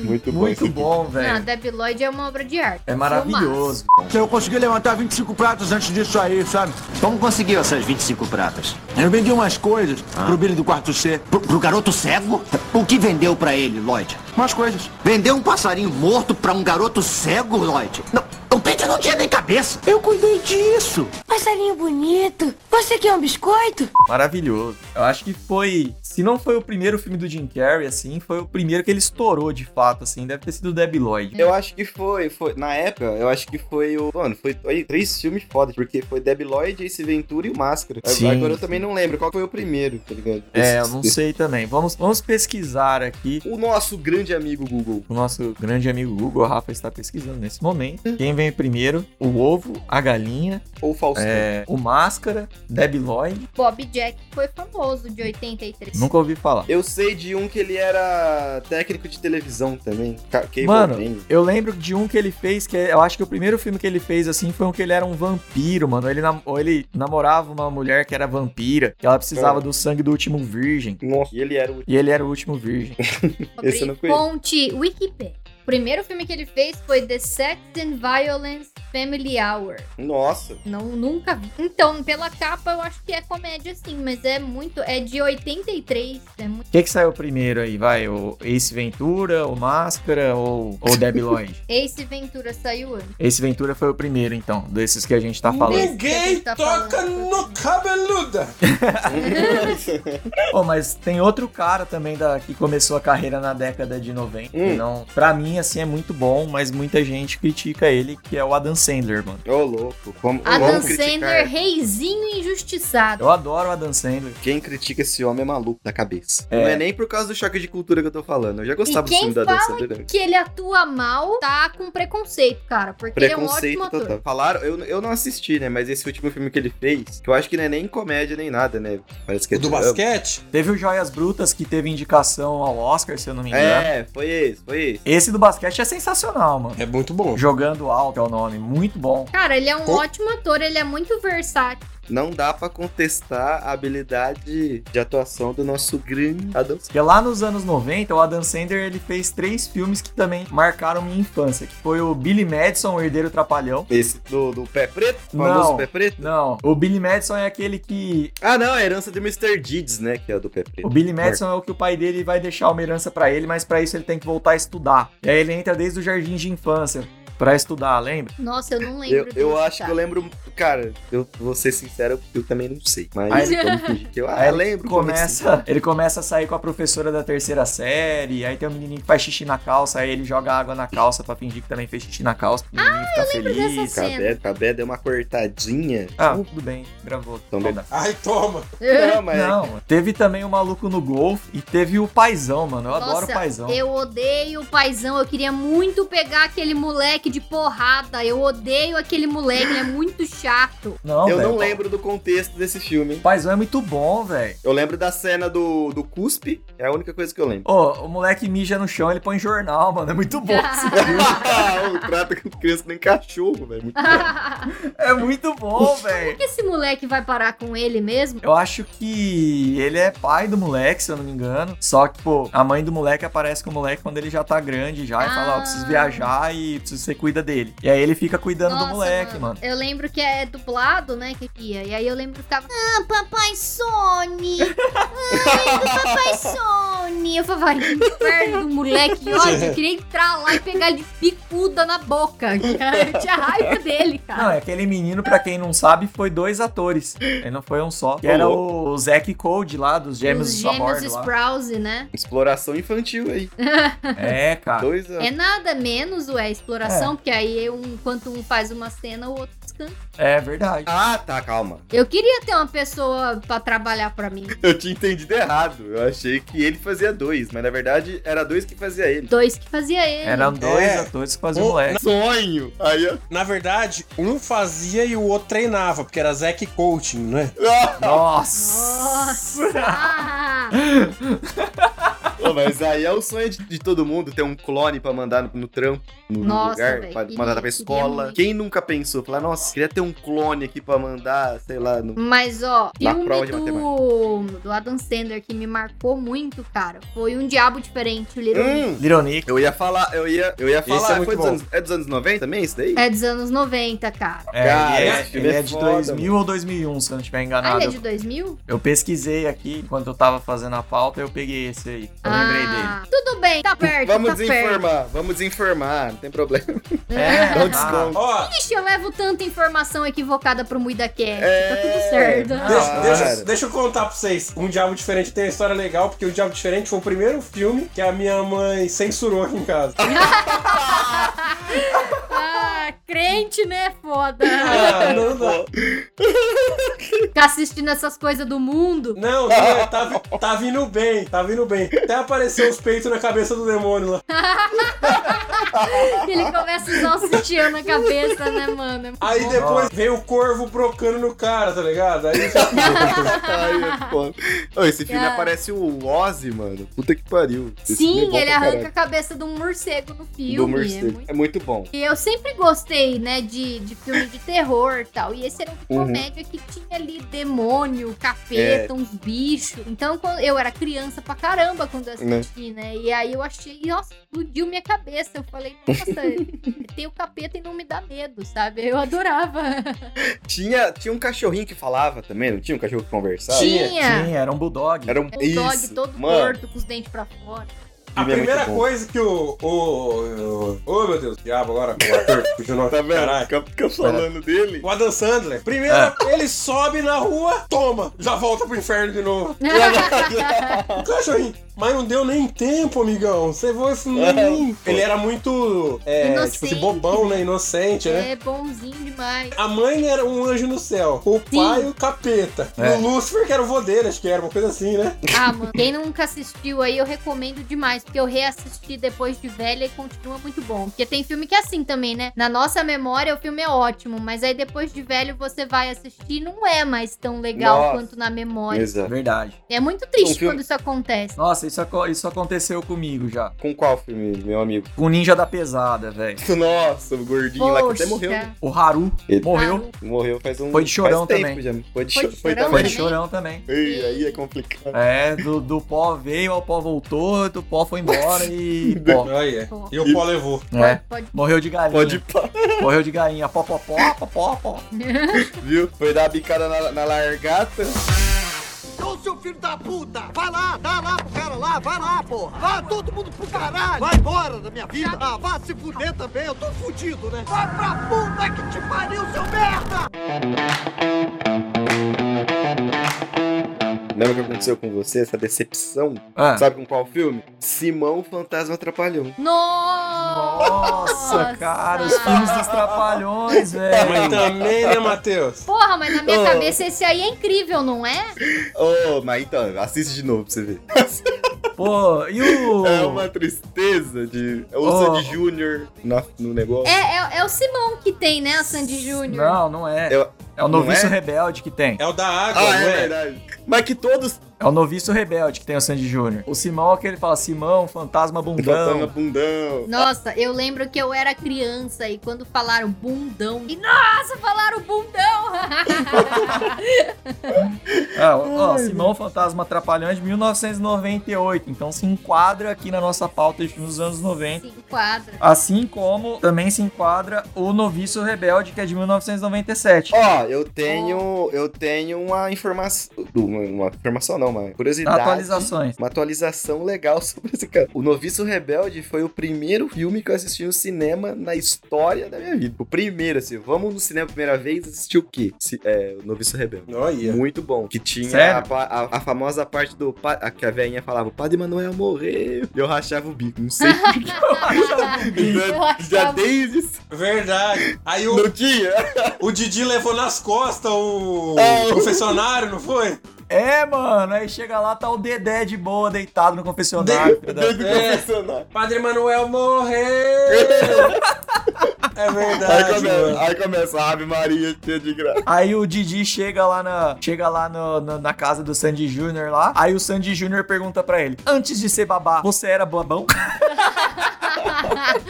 Muito bom. Muito esse bom, Não, velho. Debbie Lloyd é uma obra de arte. É maravilhoso. Se eu conseguir levantar 25 pratas antes disso aí, sabe? Como conseguiu essas 25 pratas? Eu vendi umas coisas pro Billy do quarto C. Pro, pro garoto cego? O que vendeu pra ele, Lloyd? Umas coisas. Vendeu um passarinho morto pra um garoto cego, Lloyd? Não, o Peter não tinha nem cabeça. Eu cuidei disso. Passarinho bonito. Você quer um biscoito? Maravilhoso. Eu acho que foi se não foi o primeiro filme do Jim Carrey, assim, foi o primeiro que ele estourou de fato, assim. Deve ter sido o Debbie Lloyd. Uhum. Eu acho que foi, foi. Na época, eu acho que foi o. Mano, foi aí, três filmes foda, porque foi Debbie Lloyd, Ace Ventura e o Máscara. Sim. Agora eu também não lembro qual foi o primeiro, tá ligado? É, eu não sei também. Vamos, vamos pesquisar aqui. O nosso grande amigo Google. O nosso grande amigo Google, o Rafa, está pesquisando nesse momento. Quem vem primeiro? O ovo, a galinha, Ou Faustão. é, o máscara, Debbie Lloyd. Bob Jack foi famoso de 83. Nunca ouvi falar. Eu sei de um que ele era técnico de televisão também. Ca- Cable Mano, Man. eu lembro de um que ele fez, que é- eu acho que o primeiro filme que ele fez, assim, foi um que ele era um vampiro, mano. Ele, nam- ou ele namorava uma mulher que era vampira, e ela precisava do sangue do último virgem. Nossa, e ele era o. E ele era o último virgem. Esse eu não conheço. Ponte Wikipedia. O primeiro filme que ele fez foi The Sex and Violence Family Hour. Nossa. Não, nunca vi. Então, pela capa, eu acho que é comédia sim, mas é muito. É de 83. É muito. O que, que saiu primeiro aí? Vai, o Ace Ventura, o Máscara ou o Debbie Lloyd? Ace Ventura saiu antes. Ace Ventura foi o primeiro, então, desses que a gente tá falando. Esse que Ninguém tá toca falando. no cabeluda. Pô, mas tem outro cara também da, que começou a carreira na década de 90. Hum. que Não, pra mim, assim, é muito bom, mas muita gente critica ele, que é o Adam Sandler, mano. Ô, louco. Como, Adam vamos criticar. Sandler, reizinho injustiçado. Eu adoro o Adam Sandler. Quem critica esse homem é maluco da cabeça. É. Não é nem por causa do choque de cultura que eu tô falando. Eu já gostava do quem filme da fala dança é dele. Que ele atua mal, tá com preconceito, cara. Porque ele é um ótimo Preconceito ator. total. Falaram, eu, eu não assisti, né? Mas esse último filme que ele fez, que eu acho que não é nem comédia nem nada, né? Parece que O é do drama. basquete? Teve o Joias Brutas, que teve indicação ao Oscar, se eu não me engano. né? É, foi esse, foi esse. Esse do basquete é sensacional, mano. É muito bom. Jogando alto é o nome, muito bom. Cara, ele é um Com- ótimo ator, ele é muito versátil. Não dá pra contestar a habilidade de atuação do nosso grande Adam Sandler. Porque lá nos anos 90, o Adam Sandler ele fez três filmes que também marcaram minha infância, que foi o Billy Madison, o Herdeiro Trapalhão. Esse do, do pé preto? O Não. famoso pé preto? Não, o Billy Madison é aquele que Ah, não, a herança do Mr. Deeds, né? Que é o do pé o preto. Billy Madison é o que o pai dele vai deixar uma herança pra ele, mas pra isso ele tem que voltar a estudar. E aí ele entra desde o jardim de infância pra estudar, lembra? Nossa, eu não lembro. Eu, eu desse, acho cara. que eu lembro. Cara, eu vou ser sincero, eu também não sei. Mas Aí- vamos fingir que eu, ah, Aí eu lembro. como é que se- começa, ele começa a sair com a professora da terceira série, aí tem um menininho que faz xixi na calça, aí ele joga água na calça pra fingir que também fez xixi na calça, o menininho fica dessa feliz. cena. Cabé, Cabé deu uma cortadinha. Ah, tudo bem, gravou. Então, beleza. Ai, toma. Não, mas Não, teve também o maluco no golfe e teve o paizão, mano. Eu adoro o Nossa, paizão. Eu odeio o paizão. Eu queria muito pegar aquele moleque de porrada. Eu odeio aquele moleque, ele é muito chato. Não, eu velho, não lembro do contexto desse filme. O paizão é muito bom, velho. Eu lembro da cena do, do cuspe, é a única coisa que eu lembro. Ô, o moleque mija no chão, ele põe jornal, mano. É muito bom. esse filme. Ah, o trata com criança nem cachorro, velho. Muito bom. é muito bom, Por velho. que esse moleque vai parar com ele mesmo? Eu acho que ele é pai do moleque, se eu não me engano. Só que, pô, a mãe do moleque aparece com o moleque quando ele já tá grande já e fala, ó, Ah. preciso viajar e preciso você cuida dele. E aí ele fica cuidando do moleque, mano. Eu lembro que é dublado, né, que ia. E aí eu lembro que ficava, ah, papai Sony, ai, do papai Sony. Eu falava, "Ai, que inferno do moleque, que ódio, eu queria entrar lá e pegar ele de picuda na boca. Eu tinha raiva dele, cara. Não, é aquele menino, pra quem não sabe, foi dois atores. Ele não foi um só. Que era o, o Zack Code lá, dos Gêmeos Os Sabordo gêmeos lá. Sprouse, né? Exploração infantil aí. É, cara. Dois anos. É nada menos, ué, exploração, porque aí um, enquanto um faz uma cena, o outro descansa. É verdade. Ah, tá, calma. Eu queria ter uma pessoa pra trabalhar pra mim. Eu tinha entendido errado. Eu achei que ele fazia dois, mas na verdade era dois que fazia ele. Dois que fazia ele. Eram dois É. atores que faziam Um- moleque. Sonho! Aí eu... Na verdade, um fazia e o outro treinava, porque era Zack Coaching, não é? Nossa! Nossa! Ah, Pô, mas aí é o sonho de, de todo mundo ter um clone pra mandar no, no trampo, no, no Nossa, lugar, velho, pra queria- mandar pra queria escola. muito. Quem nunca pensou? Falar, nossa, queria ter um clone aqui pra mandar, sei lá, no. Mas, ó, Na filme prova de do, do Adam Sandler que me marcou muito, cara, foi Um Diabo Diferente, o Little Mix. Hum, Little Nick. Eu ia falar, eu ia, eu ia Esse falar. é muito foi dos bom. anos, é dos anos 90 também, isso daí? É dos anos 90, cara. É, Cara, ele esse é, filme ele é é de foda, 2000 ou 2001, se eu não estiver Ah, enganado. ele é de 2000? Eu pesquisei aqui enquanto eu tava fazendo a pauta, eu peguei esse aí. É eu Ah. lembrei dele. Tudo bem, tá perto, Vamos tá perto. desinformar, vamos desinformar, não tem problema. É? Dá um Ah, desconto. Ó, Ixi, eu levo tanta informação equivocada pro MuidaCast. É. Tá tudo certo. Deixa, Ah, deixa- cara. deixa eu contar pra vocês. Um Diabo Diferente tem uma história legal, porque o Diabo Diferente foi o primeiro filme que a minha mãe censurou aqui em casa. Ah, crente, né? Foda. Ah, não, não. Ficar assistindo essas coisas do mundo. Não, não, tá, vi- tá vindo bem, tá vindo bem. Até apareceu os peitos na cabeça do demônio lá. Ele começa a usar o sutiã na cabeça, né, mano? Ah, É muito Aí bom. depois veio o corvo brocando no cara, tá ligado? Aí Ai, foda. Ô, esse filme Cara. aparece o Ozzy, mano. Puta que pariu. Esse filme Sim, é bom ele pra arranca a caralho. cabeça de um morcego no filme. do É morcego. muito... É muito bom. E eu sempre gostei, né, de, de filme de terror e tal. E esse era um de Uhum. comédia que tinha ali demônio, É. capeta, uns bichos. Então, quando- eu era criança pra caramba quando eu assisti, né? E aí eu achei, nossa, explodiu minha cabeça. Eu falei, nossa, tem o capeta e não me dá medo, sabe? Eu adorava. Tinha, tinha um cachorrinho que falava também, não tinha um cachorro que conversava? Tinha. Sim, era um bulldog. Era um Um dog Isso, todo mano, torto, com os dentes pra fora. a Filme é primeira muito bom. coisa que o. o, o- Ô meu Deus, diabo agora, o ator fugiu o nome. Tá vendo? Caralho. Fica, fica falando dele. O Adam Sandler. Primeiro, ele sobe na rua, toma, já volta pro inferno de novo. O cachorrinho. Mas não deu nem tempo, amigão. Você foi. Nem... Ele era muito. É, Inocente. tipo assim, bobão, né? Inocente, né? é bonzinho demais. A mãe era um anjo no céu, o pai o capeta, É. o Lúcifer que era o vô dele, acho que era uma coisa assim, né? Ah, mano, quem nunca assistiu aí, eu recomendo demais, porque eu reassisti depois de velha e continua muito bom. Porque tem filme que é assim também, né? Na nossa memória, o filme é ótimo, mas aí depois de velho você vai assistir e não é mais tão legal Nossa. quanto na memória. Exato. Verdade. É muito triste Um filme- quando isso acontece. Nossa, isso, aco- isso aconteceu comigo já. Com qual filme, meu amigo? Com o Ninja da Pesada, velho. Nossa, o gordinho lá que até Poxa. tá morreu. né? O Haru Ele- morreu. Haru. Morreu faz um. Foi de chorão faz também. tempo já. Foi de, Foi cho- de foi chorão Foi também. também? chorão também. Ei, aí é complicado. É, do, do pó veio, ao pó voltou, do pó foi embora e pó. Aí é. Pô. E o pó levou. É. Pode... Morreu de galinha. Pode pá, Morreu de galinha. Pó, pó, pó, pó, pó, pó. viu? Foi dar a bicada na, na largata. Ô, seu filho da puta! Vai lá, dá lá pro cara lá, vai lá, porra! Vá todo mundo pro caralho! Vai embora da minha vida! Ah, vá se fuder também, eu tô fudido, né? Vai pra puta que te pariu, seu merda! Lembra o que aconteceu com você? Essa decepção? Ah. Sabe com qual filme? Simão o Fantasma Atrapalhão. Nossa! Nossa, cara, os filmes dos trapalhões, É, Mas então. velho. também, né, Matheus? Porra, mas na minha Oh. cabeça esse aí é incrível, não é? Ô, mas então, assiste de novo pra você ver. Pô, e o. É uma tristeza de. É o Sandy Oh. Júnior na- no negócio. É, é, é o Simão que tem, né, a Sandy Júnior? Não, não é. Eu- É o Não noviço é? rebelde que tem. É o da água, Ah, não é é? verdade. Mas que todos É o noviço rebelde que tem o Sandy Júnior. O Simão é aquele que fala: Simão, fantasma bundão. Fantasma bundão. Nossa, eu lembro que eu era criança e quando falaram bundão. E nossa, falaram bundão! Ah, ó, Simão, fantasma atrapalhão de 1998. Então se enquadra aqui na nossa pauta de filmes dos anos 90. Se enquadra. Assim como também se enquadra o Noviço Rebelde, que é de 1997. Ó, eu tenho. Eu tenho uma informação. Uma, uma informação não, uma curiosidade. Atualizações. Uma atualização legal sobre esse cara. O Noviço Rebelde foi o primeiro filme que eu assisti no cinema na história da minha vida. O primeiro, assim, vamos no cinema a primeira vez assistir o quê? Se- é, o Noviço Rebelde. Olha. Muito bom. Que tinha Sério? a, pa- a- a famosa parte do. pa- a, que a velhinha falava, o Padre Manuel morreu. E eu rachava o bico. Não sei. Eu já, já achava- desde. Verdade. Aí o, Não tinha? o Didi levou nas costas o É. confessionário, não foi? É, mano, aí chega lá, tá o Dedé de boa, deitado no confessionário. tá filho da- Dentro do É. confessionário. Padre Manuel morreu! é Aí verdade, começa, mano. aí começa a Ave Maria cheia de graça. Aí o Didi chega lá na, chega lá no- no- na casa do Sandy Júnior lá. Aí o Sandy Júnior pergunta pra ele: Antes de ser babá, você era babão?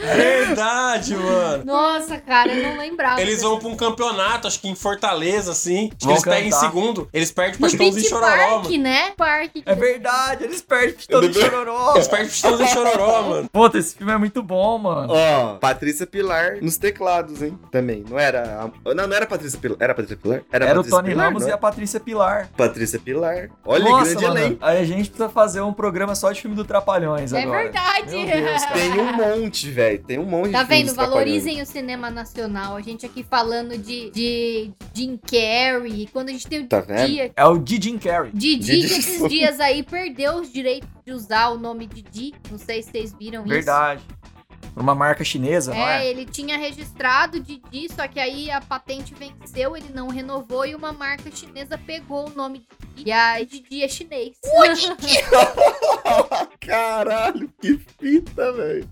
É Verdade, mano. Nossa, cara, eu não lembrava. Eles vão pra um campeonato, acho que em Fortaleza, assim. Acho que Vão eles pegam em cantar. segundo. Eles perdem pro No Chitãozinho e Beach Chororó, Park, mano. né? Parque. É verdade, eles perdem pro Chitãozinho e Chororó. Eles perdem pro Chitãozinho e Chororó, mano. Puta, esse filme é muito bom, mano. Ó, Patrícia Pilar nos teclados, hein? Também. Não era. a- Não, não era Patrícia Pilar. Era Patrícia Pilar? Era o Patrícia Tony Pilar, Ramos não e é? a Patrícia Pilar. Patrícia Pilar. Olha, Nossa, grande mano, elenco. aí a gente precisa fazer um programa só de filme do Trapalhões É agora. verdade. Meu Deus, cara. Tem um monte, velho. Tem um monte Tá de filmes vendo? atrapalhando. Valorizem o cinema nacional. A gente aqui falando de, de Jim Carrey. Quando a gente tem o Tá vendo? dia. É o de Jim Carrey. Didi, Didi que esses Souza. dias aí perdeu os direitos de usar o nome Didi. Não sei se vocês viram Verdade. Por uma marca isso. chinesa, não É, é? ele tinha registrado Didi, só que aí a patente venceu, ele não renovou e uma marca chinesa pegou o nome Didi. E aí Didi é chinês. Caralho, que fita, velho.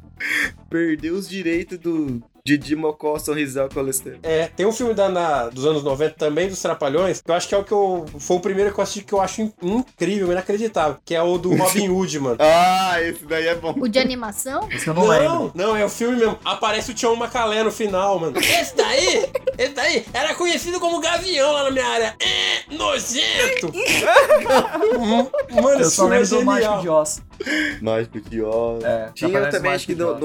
Perdeu os direitos do Didi Mocó, Sorrisal e Colesterol. É, tem um filme da, na- dos anos 90 também, dos Trapalhões, que eu acho que é o que eu. Foi o primeiro que eu assisti que eu acho in- incrível, inacreditável. Que é o do Robin Hood, mano. Ah, esse daí é bom. O de animação? Isso eu não, lembro. não, é o filme mesmo. Aparece o Tião Macalé no final, mano. Esse daí, esse daí, era conhecido como Gavião lá na minha área. É, nojento! Hum, mano, Eu esse só filme é lembro do Mágico genial. de Oz. Mágico de Oz. É, Tinha aparece o também, acho Mágico que de do, Oz.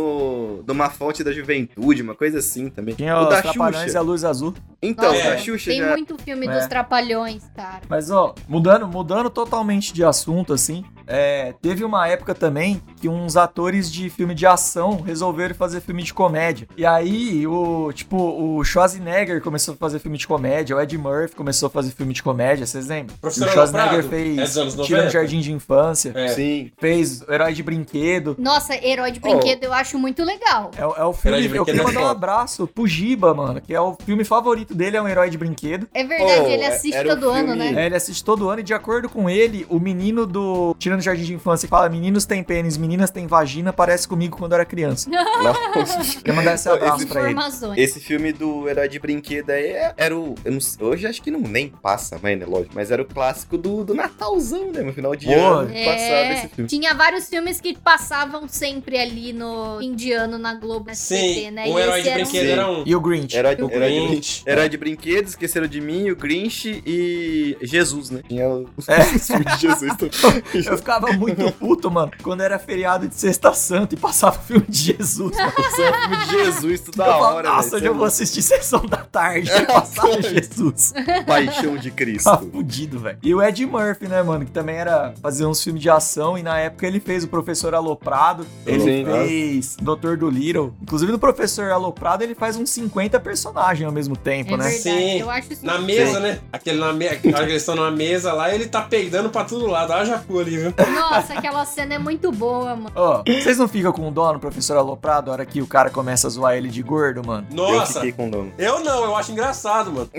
do- de uma fonte da juventude, uma coisa assim também. Tinha o os da Trapalhões e a Xuxa. Luz Azul. Então, o Nossa, da Xuxa Tem já. muito filme É. dos Trapalhões, cara. Mas, ó, mudando, mudando totalmente de assunto, assim, é, teve uma época também que uns atores de filme de ação resolveram fazer filme de comédia. E aí, o tipo, o Schwarzenegger começou a fazer filme de comédia, o Ed Murphy começou a fazer filme de comédia, vocês lembram? Professor o Schwarzenegger Aloprado, é dos anos fez 90. Tira no Jardim de Infância, É. Sim. fez o Herói de Brinquedo. Nossa, Herói Oh. de Brinquedo eu acho muito legal. É, o- é o Herói filme. de Eu Brinquedo queria é mandar um foda. abraço pro Giba, mano, que é o filme favorito dele, é um herói de brinquedo. É verdade, Oh, ele é- assiste era um todo ano, filme- né? É, ele assiste todo ano e, de acordo com ele, o menino do Tirando Jardim de Infância que fala: Meninos têm pênis, meninas têm vagina, parece comigo quando eu era criança. Nossa. Quer mandar esse abraço pra ele. Informações. Esse filme do Herói de Brinquedo aí é- era o. eu não sei, hoje acho que não nem passa, mas né? Lógico. Mas era o clássico do, do Natalzão, né? No final de Boa. ano É, passado esse filme. Tinha vários filmes que passavam sempre ali no indiano na Globo SBT, Sim, né? um e herói esse de era um- brinquedo era um. E o Grinch. Herói, O herói, de, Grinch. brin- herói de brinquedo, esqueceram de mim, o Grinch e Jesus, né? Tinha o É. filme de Jesus Eu também. ficava muito puto, mano, quando era feriado de Sexta Santa e passava o filme de Jesus. mano. Nossa, é filme de Jesus, tudo eu da falava, hora, nossa, velho. é hoje eu vou assistir Sessão da Tarde e passava Jesus. um Paixão de Tá Cristo. fudido, velho. E o Ed Murphy, né, mano? Que também era fazer uns filmes de ação. E na época ele fez o Professor Aloprado. Ele Sim, né? fez Doutor do Little. Inclusive no Professor Aloprado ele faz uns 50 personagens ao mesmo É tempo, né? verdade, Sim. eu acho isso Na muito mesa, bom. né? Aquele na mesa, que eles estão na mesa lá, ele tá peidando pra todo lado. Haja cu ali, viu? Nossa, aquela cena é muito boa, mano. Ó, vocês não ficam com dó no Professor Aloprado a hora que o cara começa a zoar ele de gordo, mano? Eu Nossa! fiquei com nome. Eu não, eu acho engraçado, mano.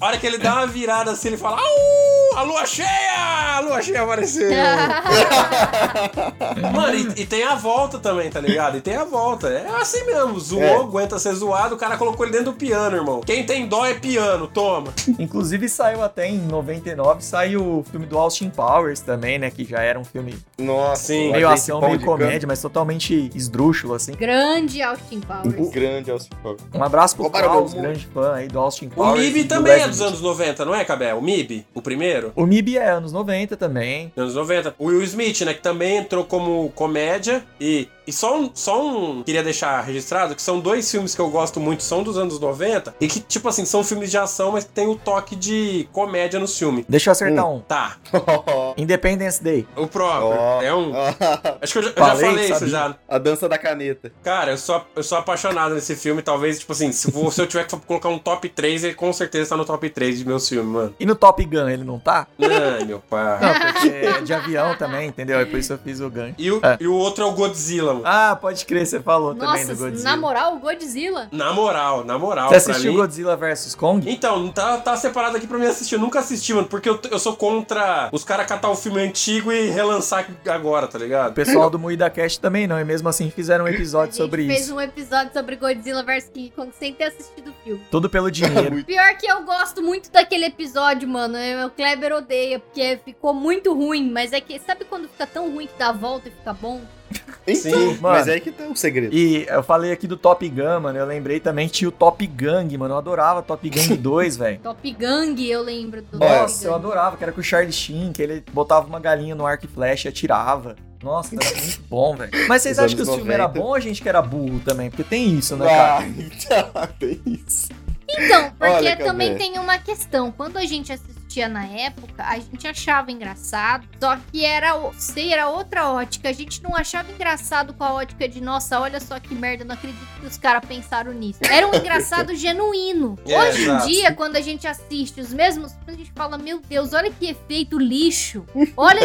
A hora que ele dá uma virada assim, ele fala: Au! A lua cheia! A lua cheia apareceu! mano, e, e tem a volta também, tá ligado? E tem a volta. É assim mesmo. Zoou, É. aguenta ser zoado, o cara colocou ele dentro do piano, irmão. Quem tem dó é piano, toma. Inclusive saiu até em 99, saiu o filme do Austin Powers também, né? Que já era um filme Nossa, Sim. eu meio achei ação, esse pau meio de comédia, mas totalmente esdrúxulo, assim. Grande Austin Powers. cano. Grande Elcio Paulo. Um abraço pro Roubaram Klaus, meu- grande fã aí do Austin O Powers. e MIB do também é Leslie dos anos 90, não é, Cabé? O MIB, o primeiro? O MIB é anos 90 também. Anos 90. O Will Smith, né? Que também entrou como comédia. E, e só, um, só um. Queria deixar registrado que são dois filmes que eu gosto muito, são dos anos 90. E que, tipo assim, são filmes de ação, mas que tem o toque de comédia no filme. Deixa eu acertar um. Tá, Independence Day. o próprio. Ó. É um. Acho que eu já, eu já Ah. Falei, falei isso sabia. já. A dança da caneta. Cara, eu sou, eu sou apaixonado nesse filme. Talvez, tipo assim, se, vou- se eu tiver que colocar um top 3, ele com certeza tá no top 3 de meus filmes, mano. E no Top Gun ele não tá? Ai, meu pai. Não, porque é de avião também, entendeu? E por isso eu fiz o ganho. E o, É. e o outro é o Godzilla, mano. Ah, pode crer, você falou também do Nossa, Godzilla. na moral, o Godzilla. Na moral, na moral. Você pra assistiu mim- Godzilla vs Kong? Então, não tá, tá separado aqui pra mim assistir. Eu nunca assisti, mano, porque eu, t- eu sou contra os caras catar o filme antigo e relançar agora, tá O ligado? pessoal do Moída Cast também não, e mesmo assim fizeram um A episódio gente sobre fez isso. um episódio sobre Godzilla vs King Kong sem ter assistido o filme. Tudo pelo dinheiro. Pior que eu gosto muito daquele episódio, mano. Eu- O Kleber odeia, porque ficou muito ruim. Mas é que, sabe quando fica tão ruim que dá a volta e fica bom? Então, Sim. mas Mano. aí que tá o segredo. E eu falei aqui do Top Gun, mano. Eu lembrei também que tinha o Top Gang, mano. Eu adorava Top Gang 2, velho. Top Gang, eu lembro do Nossa, eu Top Gang. adorava, que era com o Charlie Sheen, que ele botava uma galinha no arco e flecha e atirava. Nossa, era muito bom, velho. Mas vocês Os acham que o anos filme era 90. bom ou a gente que era burro também? Porque tem isso, né, cara? Ah, então, tem isso. Então, porque Olha, cadê? também tem uma questão. Quando a gente assistia na época, a gente achava engraçado, só que era, o- sei, era outra ótica. A gente não achava engraçado com a ótica de, nossa, olha só que merda, não acredito que os caras pensaram nisso. Era um engraçado genuíno. É, Hoje em exato. dia, quando a gente assiste os mesmos filmes, a gente fala, meu Deus, olha que efeito lixo. Olha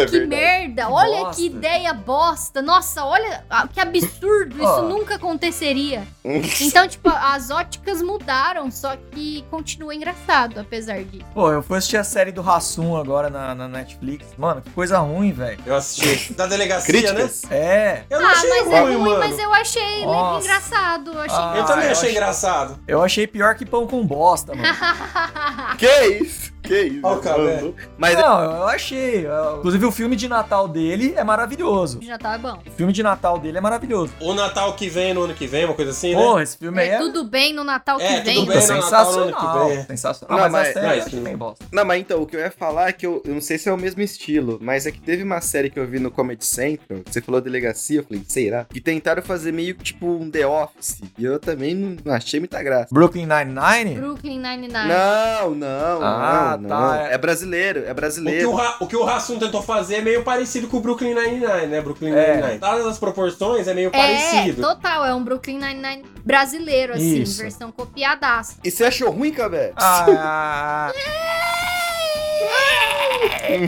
É que verdade. merda, Que olha bosta. que ideia bosta. Nossa, olha ah, que absurdo, isso Ó. nunca aconteceria. Então, tipo, as óticas mudaram, só que continua engraçado, apesar disso. Pô, eu fui assistir a série do Rassum agora na, na Netflix. Mano, que coisa ruim, velho. Eu assisti. Da delegacia, né? Críticas? É, Eu não Ah, achei mas ruim, é ruim, mano. mas é- eu achei le- Nossa. engraçado. Eu achei Ah, Eu também eu achei acho- engraçado. eu achei pior que pão com bosta, mano. engraçado. Que isso? Que isso? Ó o cara, Mandou. Mas Não, eu achei. Eu- Inclusive, o filme de Natal dele é maravilhoso. Já tá bom. O filme de Natal dele é maravilhoso. O Natal que vem, no ano que vem, uma coisa assim, né? Porra, esse filme aí É é, tudo bem no Natal que É, tudo vem. puta, bem no Natal ano que sensacional. vem. Sensacional. Não, mas, mas- a série é, eu acho que sim. nem bosta. Não, mas então, o que eu ia falar é que eu, eu não sei se é o mesmo estilo, mas é que teve uma série que eu vi no Comedy Central, que você falou delegacia, eu falei, será? Que tentaram fazer meio que tipo um The Office, e eu também não não achei muita graça. Brooklyn Nine-Nine? é Brooklyn Nine-Nine. Não, não, Ah, não, tá, não. é- É brasileiro, é O que, o, brasileiro. Ra- o que o Rassum tentou fazer é meio parecido com o Brooklyn Nine-Nine, né? Brooklyn É. Nine-Nine. Todas as proporções é meio É, parecido. total, é um Brooklyn Nine-Nine brasileiro, assim, Isso. versão copiadaça. E você achou ruim, Cabé? Ah,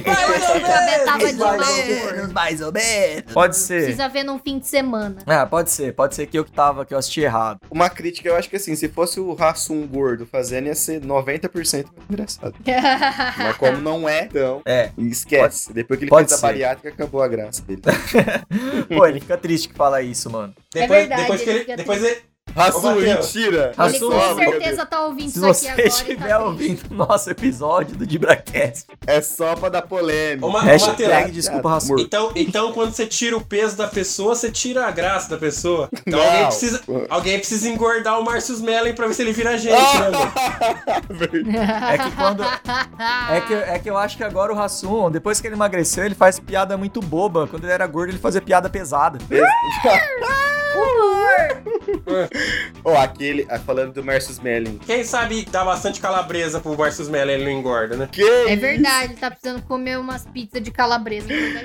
Cabé tava de Mais mau ou humor. mais ou menos. Pode ser. Precisa ver num fim de semana. Ah, pode ser. Pode ser que eu que tava, que eu assisti errado. Uma crítica, eu acho que assim, se fosse o Rassum gordo fazendo, ia ser 90% engraçado. Mas como não é, então, É. esquece. Depois que ele pode fez a ser. bariátrica, acabou a graça dele. Pô, ele fica triste que fala isso, mano. Depois, é verdade, depois que ele ele. fica Depois ele Rassum, Mateus. mentira! Ele Rassum, com Assume. certeza tá ouvindo Se isso aqui você agora. e estiver tá triste. ouvindo o nosso episódio do DibraCast, É só pra dar polêmica. Ô, Ma- ô, hashtag Mateus, desculpa, Rassum. Então, então, quando você tira o peso da pessoa, você tira a graça da pessoa. Então Não. alguém precisa, alguém precisa engordar o Márcio Mellen pra ver se ele vira gente, Ah! né, mano? É que quando. É que, é que eu acho que agora o Rassum, depois que ele emagreceu, ele faz piada muito boba. Quando ele era gordo, ele fazia piada pesada. Ó, aquele, ah, falando do Marcius Melling. Quem sabe dá bastante calabresa pro Márcio Mellen, ele não engorda, né? Que É isso? verdade, ele tá precisando comer umas pizzas de calabresa. né?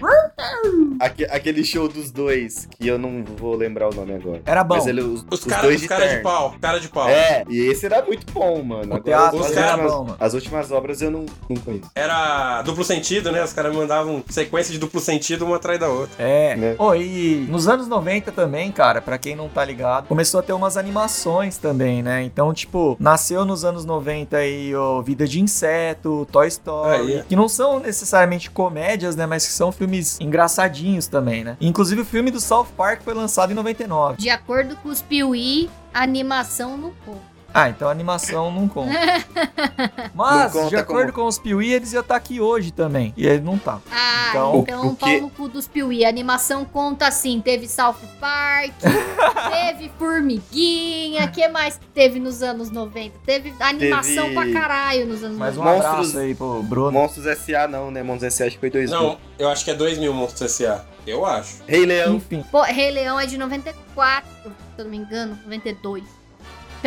Aque- aquele show dos dois, que eu não vou lembrar o nome agora. Era bom. Mas ele, os, Tá Os os caras dois os de cara de terno. pau, cara de pau. É, e esse era muito bom, mano. O Agora, teatro as, era últimas, bom, mano. as últimas obras eu não, não conheço. Era duplo sentido, né? Os caras mandavam sequência de duplo sentido uma atrás da outra. É. Né? Pô, e nos anos 90 também, cara, pra quem não tá ligado, começou a ter umas animações também, né? Então, tipo, nasceu nos anos 90 aí o Vida de Inseto, Toy Story, Aí. que não são necessariamente comédias, né? Mas que são filmes engraçadinhos também, né? Inclusive o filme do South Park foi lançado em 99. De acordo com os Piuí, a animação no ponto. Ah, então a animação não conta. Mas, Não conta de acordo como- com os Piuí, eles iam estar aqui hoje também. E ele não tá. Ah, Então, então, o pau que- no cu dos Piuí. A animação conta assim: teve South Park, teve Formiguinha, que mais que teve nos anos 90? Teve animação Teve- pra caralho nos anos Mas um 90. Monstros- abraço aí pro Bruno. Monstros S.A. não, né? Monstros S.A. acho que foi 2000. Não, eu acho que é 2 mil monstros S.A. Eu acho. Rei Leão. Enfim. Pô, Rei Leão é de 94, se eu não me engano, 92. Acho que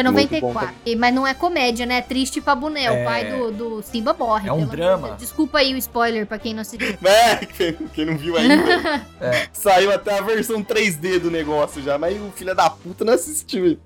É Muito bom 94. E- mas não é comédia, né? É triste pra boné. É. O pai do, do Simba morre. É um pelo amor de drama. Deus. Desculpa aí o spoiler pra quem não assistiu. É, quem, quem não viu ainda. Saiu até a versão 3D do negócio já, mas o filho da puta não assistiu.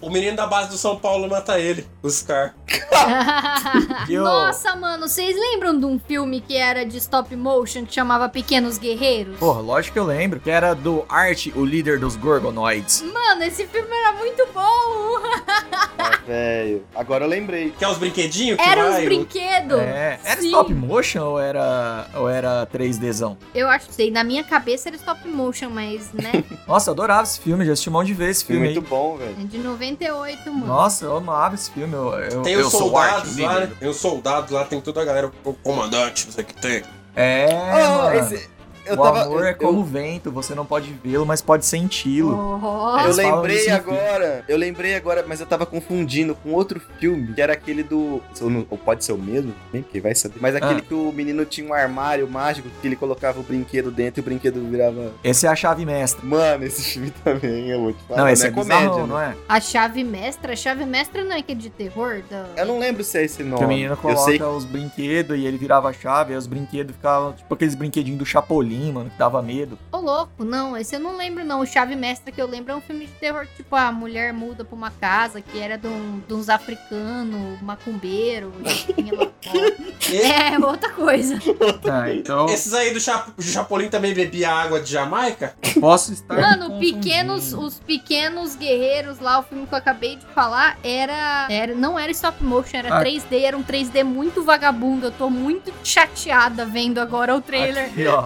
O menino da base do São Paulo mata ele, o Scar. Yo. Nossa, mano, vocês lembram de um filme que era de stop motion que chamava Pequenos Guerreiros? Porra, lógico que eu lembro. Que era do Art, o líder dos Gorgonoids. Mano, esse filme era muito bom! Ah, velho. Agora eu lembrei. Que é os brinquedinhos que Era vai. uns o- brinquedos! É. Era Sim. stop motion ou era, ou era 3Dzão? Eu acho que sei, na minha cabeça era stop motion, mas, né? Nossa, eu adorava esse filme. Já assisti um monte de vez esse filme Muito aí. bom, velho. É de 98, mano. Nossa, eu amava esse filme. Eu, eu, Tem eu os sou o Art, o soldados lá, líder. né? Tem os soldados lá, tem toda a galera, o comandante, não sei o que tem. É, Ah, mano. esse- eu o tava. amor eu- Ah. é como o vento, você não pode vê-lo, mas pode senti-lo. Oh, Eu Eles falam lembrei desse agora, eu lembrei agora, mas eu tava confundindo com outro filme, que era aquele do. Ou não- ou pode ser o mesmo, nem que vai saber. Mas aquele Ah. que o menino tinha um armário mágico que ele colocava o brinquedo dentro e o brinquedo virava. Essa é a chave mestra. Mano, esse filme também, eu vou te falar. não, esse é, comédia, né? não é? a chave mestra? A chave mestra não é aquele de terror? Da... Eu não lembro se é esse nome. Que o menino eu coloca sei os brinquedos e ele virava a chave, aí os brinquedos ficavam tipo aqueles brinquedinhos do Chapolin, mano, que dava medo. Ô, louco, não, esse eu não lembro, não. O Chave Mestra que eu lembro é um filme de terror, tipo, a mulher muda pra uma casa que era de, um, de uns africanos, macumbeiro, e tinha lá fora. E É, outra coisa. Ah, então esses aí do Cha- do Chapolin também bebia água de Jamaica? posso estar. Mano, Tá confundindo. pequenos, os pequenos guerreiros lá, o filme que eu acabei de falar, era, era não era stop motion, era Ah. 3D, era um 3D muito vagabundo. Eu tô muito chateada vendo agora o trailer. Aqui, ó.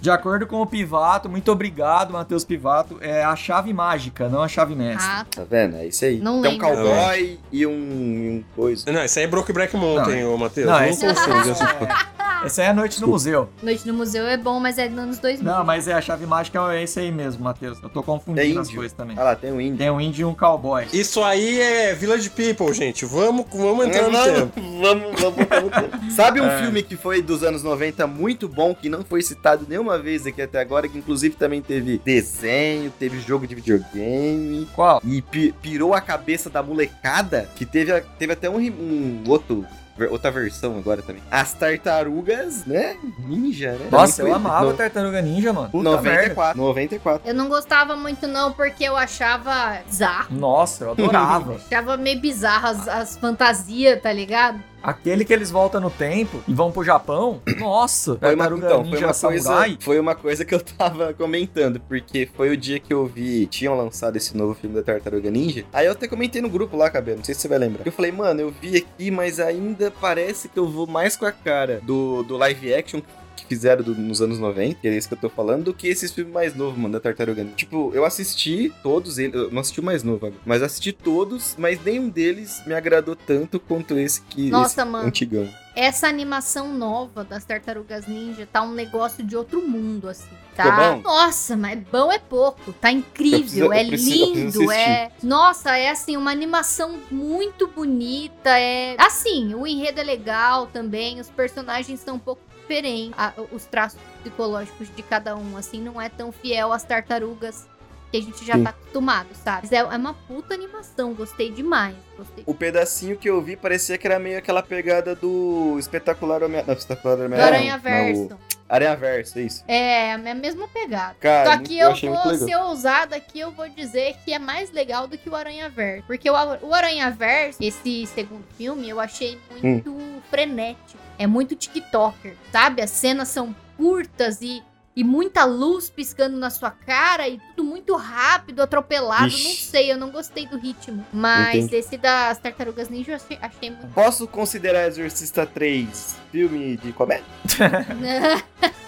De acordo com o Pivato, muito obrigado, Matheus Pivato. É a chave mágica, não a chave mestra. ah, Tá vendo? É isso aí. Não Tem um lembro. cowboy e um, e um coisa. Não, isso aí é Broke Black Mountain, ô Matheus. Não, Não, esse- é confunde essas coisas. Essa é a noite no museu. Noite no Museu é bom, mas é nos anos 2000. Não, mas é a chave mágica é esse aí mesmo, Matheus. Eu tô É confundindo índio. as coisas também. Ah lá, tem um índio. Tem um índio e um cowboy. Isso aí é Village People, gente. Vamos, vamos um entrar no Vamos, tempo. vamos, vamos, vamos. Sabe um É. filme que foi dos anos 90 muito bom, que não foi citado nenhuma vez aqui até agora, que inclusive também teve desenho, teve jogo de videogame. Qual? E pi- pirou a cabeça da molecada, que teve, a- teve até um, ri- um outro. ver- Outra versão agora também. As tartarugas, né? Ninja, né? Nossa, Também eu foi- amava no- Tartaruga Ninja, mano. Puta merda. 94. 94. Eu não gostava muito, não, porque eu achava bizarro. Nossa, eu adorava. Achava meio bizarro as, as fantasias, tá ligado? Aquele que eles voltam no tempo e vão pro Japão. Nossa, Foi uma, Tartaruga então, foi Ninja uma, Samurai. coisa, foi uma coisa que eu tava comentando, porque foi o dia que eu vi, tinham lançado esse novo filme da Tartaruga Ninja. Aí eu até comentei no grupo lá, cabelo, não sei se você vai lembrar. Eu falei, mano, eu vi aqui, mas ainda parece que eu vou mais com a cara do, do live action que fizeram do- nos anos 90, que é isso que eu tô falando, do que esses filmes mais novos, mano, da Tartaruga Ninja. Tipo, eu assisti todos eles, eu não assisti o mais novo, agora, mas assisti todos, mas nenhum deles me agradou tanto quanto esse que Nossa, esse mano. antigão. Essa animação nova das Tartarugas Ninja tá um negócio de outro mundo, assim. Tá? Ficou bom? Nossa, mas bom é pouco. Tá incrível, Eu preciso- é eu preciso- eu preciso lindo, é. Nossa, é assim, uma animação muito bonita. É. Assim, o enredo é legal também, os personagens são um pouco diferentes. a- os traços psicológicos de cada um, assim, não é tão fiel às tartarugas. Que a gente já Sim. tá acostumado, sabe? Mas É é uma puta animação, gostei demais. Gostei. O pedacinho que eu vi parecia que era meio aquela pegada do espetacular Homem-Aranha. Não, espetacular Do Homem-Aranha. Aranha Verso. Aranha Verso, isso. É, é a mesma pegada. Cara, Só que muito- eu, achei muito vou legal. ser ousada aqui, eu vou dizer que é mais legal do que o Aranha Verso. Porque o, Ar- o Aranha Verso, esse segundo filme, eu achei muito frenético. É muito TikToker, sabe? As cenas são curtas e, e muita luz piscando na sua cara e tudo muito rápido, atropelado. Ixi. Não sei, eu não gostei do ritmo. Mas Entendi. esse das Tartarugas Ninja eu achei, achei muito. Posso considerar Exorcista 3 filme de comédia?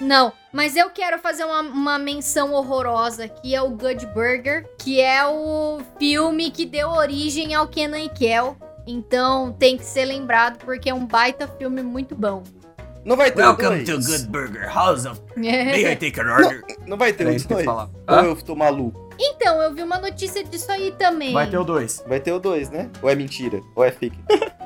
Não, mas eu quero fazer uma, uma menção horrorosa que é o Good Burger, que é o filme que deu origem ao Kenan e Kel. Então tem que ser lembrado porque é um baita filme muito bom. Não vai ter o 2? Burger House of É, Take an Order? Não vai ter Peraí, o esqueci de 2? falar. Ou Hã? É eu tô maluco? então, eu vi uma notícia disso aí também. Vai ter o 2. Vai ter o 2, né? Ou é mentira? Ou é fake?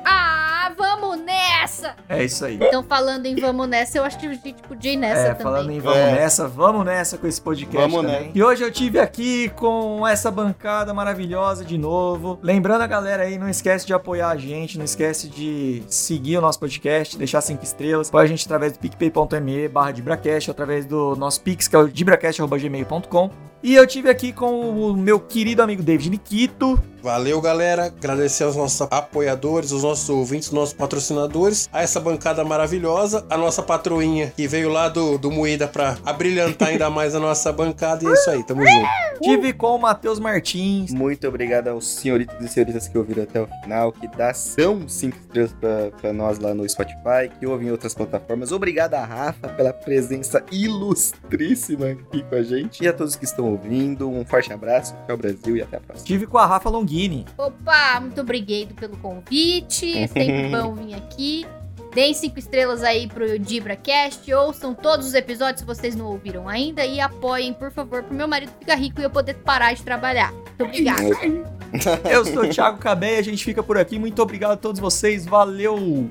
Ah, vamos nessa! É isso aí. Então, falando em vamos nessa, eu acho que a gente podia ir nessa é, também. falando em vamos É. nessa, vamos nessa com esse podcast Vamos também. nessa. E hoje eu tive aqui com essa bancada maravilhosa de novo. Lembrando a galera aí, não esquece de apoiar a gente, não esquece de seguir o nosso podcast, deixar cinco estrelas. Apoia a gente através do picpay.me barra dibracast, através do nosso pix, que é o dibracast.gmail.com. E eu tive aqui com o meu querido amigo David Nikito. Valeu, galera. Agradecer aos nossos apoiadores, os nossos ouvintes, os nossos patrocinadores, a essa bancada maravilhosa, a nossa patroinha que veio lá do, do Moída pra abrilhantar ainda mais a nossa bancada. E é isso aí, tamo junto. Tive com o Matheus Martins. Muito obrigado aos senhoritos e senhoritas que ouviram até o final, que dá são 5 estrelas pra, pra nós lá no Spotify, que ouvem em outras plataformas. Obrigado a Rafa pela presença ilustríssima aqui com a gente. E a todos que estão ouvindo, um forte abraço, tchau Brasil e até a próxima. Tive com a Rafa Longini. Opa, muito obrigado pelo convite. É sempre bom vir aqui. Deem cinco estrelas aí pro DibraCast, ouçam todos os episódios se vocês não ouviram ainda e apoiem, por favor, pro meu marido ficar rico e eu poder parar de trabalhar. Muito obrigada. Eu sou o Thiago Cabé e a gente fica por aqui. Muito obrigado a todos vocês. Valeu!